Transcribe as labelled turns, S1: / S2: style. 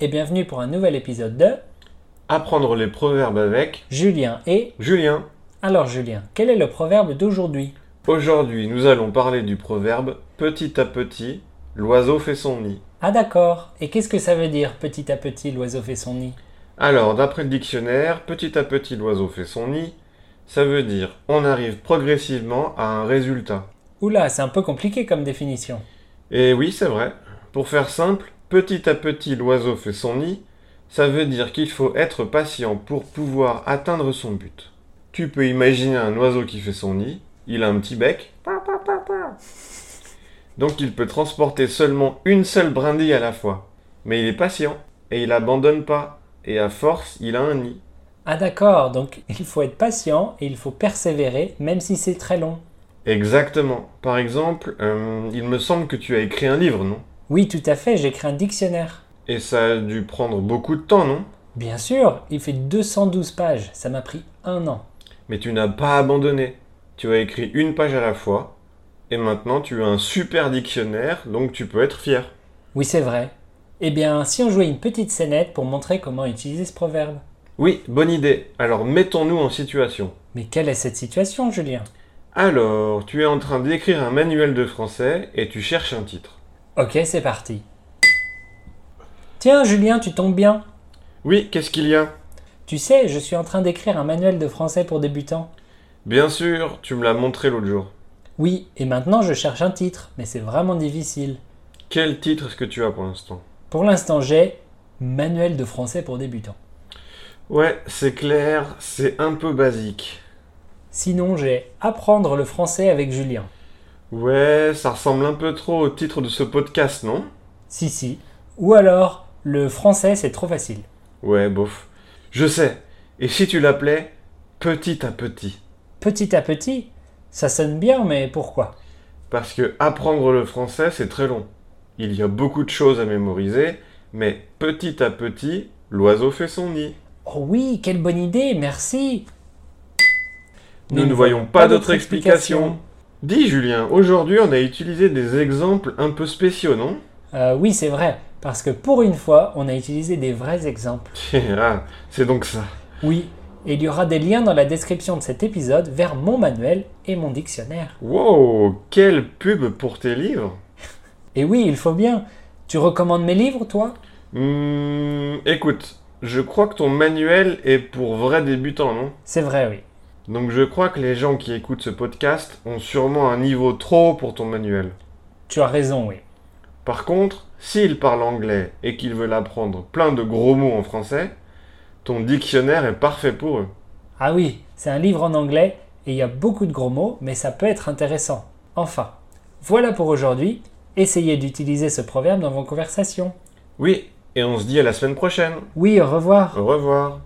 S1: et bienvenue pour un nouvel épisode de
S2: Apprendre les proverbes avec
S1: Julien et...
S2: Julien.
S1: Alors Julien, quel est le proverbe d'aujourd'hui
S2: Aujourd'hui, nous allons parler du proverbe Petit à petit, l'oiseau fait son nid.
S1: Ah d'accord, et qu'est-ce que ça veut dire petit à petit l'oiseau fait son nid
S2: Alors, d'après le dictionnaire, Petit à petit, l'oiseau fait son nid, ça veut dire on arrive progressivement à un résultat.
S1: Oula, c'est un peu compliqué comme définition.
S2: Et oui, c'est vrai. Pour faire simple, Petit à petit, l'oiseau fait son nid, ça veut dire qu'il faut être patient pour pouvoir atteindre son but. Tu peux imaginer un oiseau qui fait son nid, il a un petit bec, donc il peut transporter seulement une seule brindille à la fois. Mais il est patient, et il abandonne pas, et à force, il a un nid.
S1: Ah d'accord, donc il faut être patient et il faut persévérer même si c'est très long.
S2: Exactement. Par exemple, euh, il me semble que tu as écrit un livre, non
S1: Oui tout à fait, j'écris un dictionnaire.
S2: Et ça a dû prendre beaucoup de temps, non
S1: Bien sûr, il fait 212 pages, ça m'a pris un an.
S2: Mais tu n'as pas abandonné. Tu as écrit une page à la fois, et maintenant tu as un super dictionnaire, donc tu peux être fier.
S1: Oui c'est vrai. Eh bien, si on jouait une petite scénette pour montrer comment utiliser ce proverbe.
S2: Oui, bonne idée. Alors mettons-nous en situation.
S1: Mais quelle est cette situation, Julien
S2: Alors, tu es en train d'écrire un manuel de français et tu cherches un titre.
S1: Ok, c'est parti. Tiens, Julien, tu tombes bien.
S2: Oui, qu'est-ce qu'il y a
S1: Tu sais, je suis en train d'écrire un manuel de français pour débutants.
S2: Bien sûr, tu me l'as montré l'autre jour.
S1: Oui, et maintenant je cherche un titre, mais c'est vraiment difficile.
S2: Quel titre est-ce que tu as pour l'instant
S1: Pour l'instant, j'ai Manuel de français pour débutants.
S2: Ouais, c'est clair, c'est un peu basique.
S1: Sinon, j'ai Apprendre le français avec Julien.
S2: Ouais, ça ressemble un peu trop au titre de ce podcast, non
S1: Si, si. Ou alors, le français, c'est trop facile.
S2: Ouais, bof. Je sais. Et si tu l'appelais Petit à petit
S1: Petit à petit, ça sonne bien, mais pourquoi
S2: Parce que apprendre le français, c'est très long. Il y a beaucoup de choses à mémoriser, mais petit à petit, l'oiseau fait son nid.
S1: Oh oui, quelle bonne idée, merci.
S2: Nous ne voyons pas d'autre explication. Dis Julien, aujourd'hui on a utilisé des exemples un peu spéciaux, non
S1: Euh, oui, c'est vrai, parce que pour une fois, on a utilisé des vrais exemples.
S2: Ah, c'est donc ça.
S1: Oui, et il y aura des liens dans la description de cet épisode vers mon manuel et mon dictionnaire.
S2: Wow, quelle pub pour tes livres
S1: Et oui, il faut bien. Tu recommandes mes livres, toi
S2: Hmm, Écoute, je crois que ton manuel est pour vrais débutants, non
S1: C'est vrai, oui.
S2: Donc je crois que les gens qui écoutent ce podcast ont sûrement un niveau trop haut pour ton manuel.
S1: Tu as raison, oui.
S2: Par contre, s'ils parlent anglais et qu'ils veulent apprendre plein de gros mots en français, ton dictionnaire est parfait pour eux.
S1: Ah oui, c'est un livre en anglais et il y a beaucoup de gros mots, mais ça peut être intéressant. Enfin, voilà pour aujourd'hui. Essayez d'utiliser ce proverbe dans vos conversations.
S2: Oui, et on se dit à la semaine prochaine.
S1: Oui, au revoir.
S2: Au revoir.